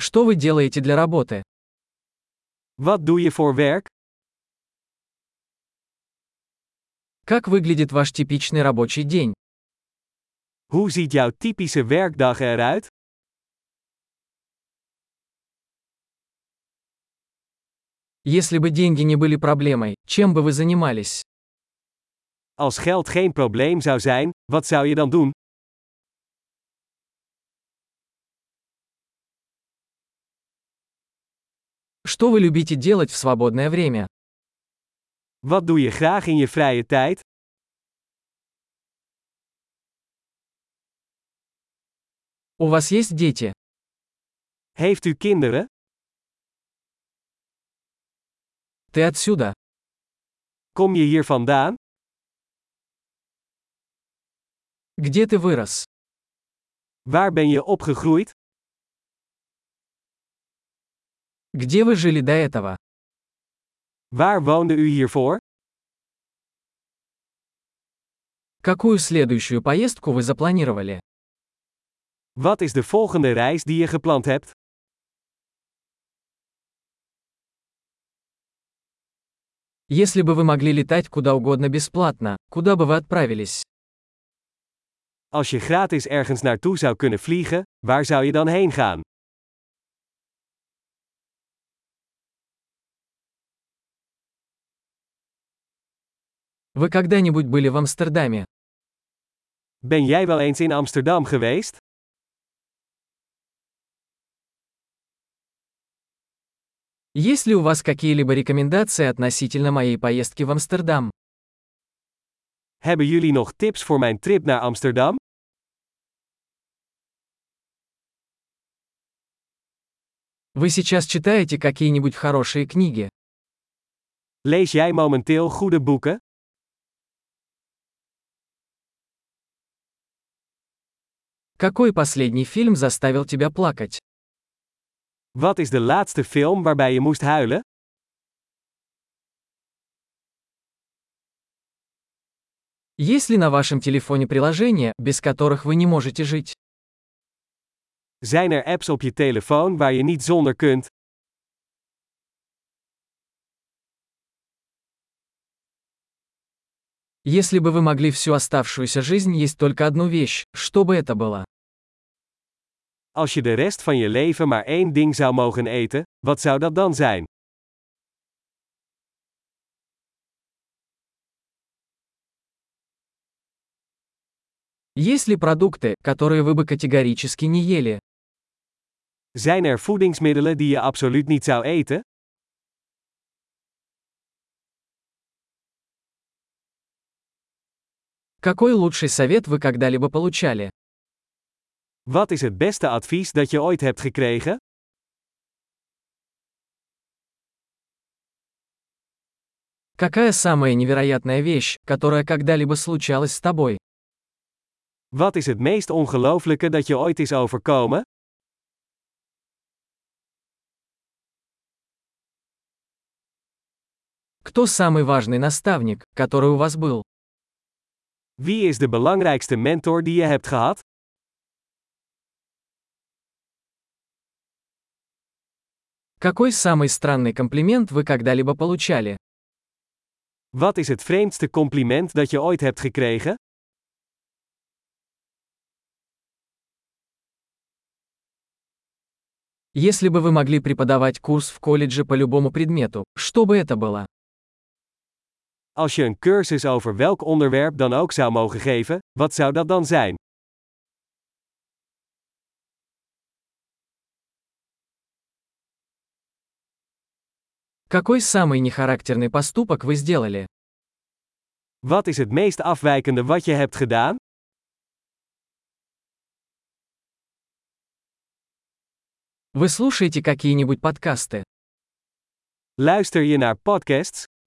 Что вы делаете для работы? Wat doe je voor werk? Как выглядит ваш типичный рабочий день? Hoe ziet jouw typische werkdag eruit? Если бы деньги не были проблемой, чем бы вы занимались? Als geld geen probleem zou zijn, wat zou je dan doen? Что вы любите делать в свободное время? Wat doe je graag in je vrije tijd? У вас есть дети? Heeft u kinderen? Ты отсюда? Kom je hier vandaan? Где ты вырос? Waar ben je opgegroeid? Где вы жили до этого? Waar woonde u hiervoor? Какую следующую поездку вы запланировали? Wat is de volgende reis die je gepland hebt? Если бы вы могли летать куда угодно бесплатно, куда бы вы отправились? Als je gratis ergens naartoe zou kunnen vliegen, waar zou je dan heen gaan? Вы когда-нибудь были в Амстердаме? Ben jij wel eens in Amsterdam geweest? Есть ли у вас какие-либо рекомендации относительно моей поездки в Амстердам? Hebben jullie nog tips voor mijn trip naar Amsterdam? Вы сейчас читаете какие-нибудь хорошие книги? Lees jij momenteel goede boeken? Какой последний фильм заставил тебя плакать? Wat is de laatste film waarbij je moest huilen? Есть ли на вашем телефоне приложения, без которых вы не можете жить? Zijn er apps op je telefoon waar je niet zonder kunt? Если бы вы могли всю оставшуюся жизнь есть только одну вещь, что бы это было? Als je de rest van je leven maar één ding zou mogen eten, wat zou dat dan zijn? Есть ли продукты, которые вы бы категорически не ели? Zijn er voedingsmiddelen die je absoluut niet zou eten? Какой лучший совет вы когда-либо получали? Wat is het beste advies dat je ooit hebt gekregen? Какая самая невероятная вещь, которая когда-либо случалась с тобой? Wat is het meest ongelooflijke dat je ooit is overkomen? Кто самый важный наставник, который у вас был? Wie is de belangrijkste mentor die je hebt gehad? Какой самый странный комплимент вы когда-либо получали? Wat is het vreemdste compliment dat je ooit hebt gekregen? Если бы вы могли преподавать курс в колледже по любому предмету, что бы это было? Als je een cursus over welk onderwerp dan ook zou mogen geven, wat zou dat dan zijn? Какой самый нехарактерный поступок вы сделали? Wat is het meest afwijkende wat je hebt gedaan? Вы слушаете какие-нибудь подкасты? Luister je naar podcasts?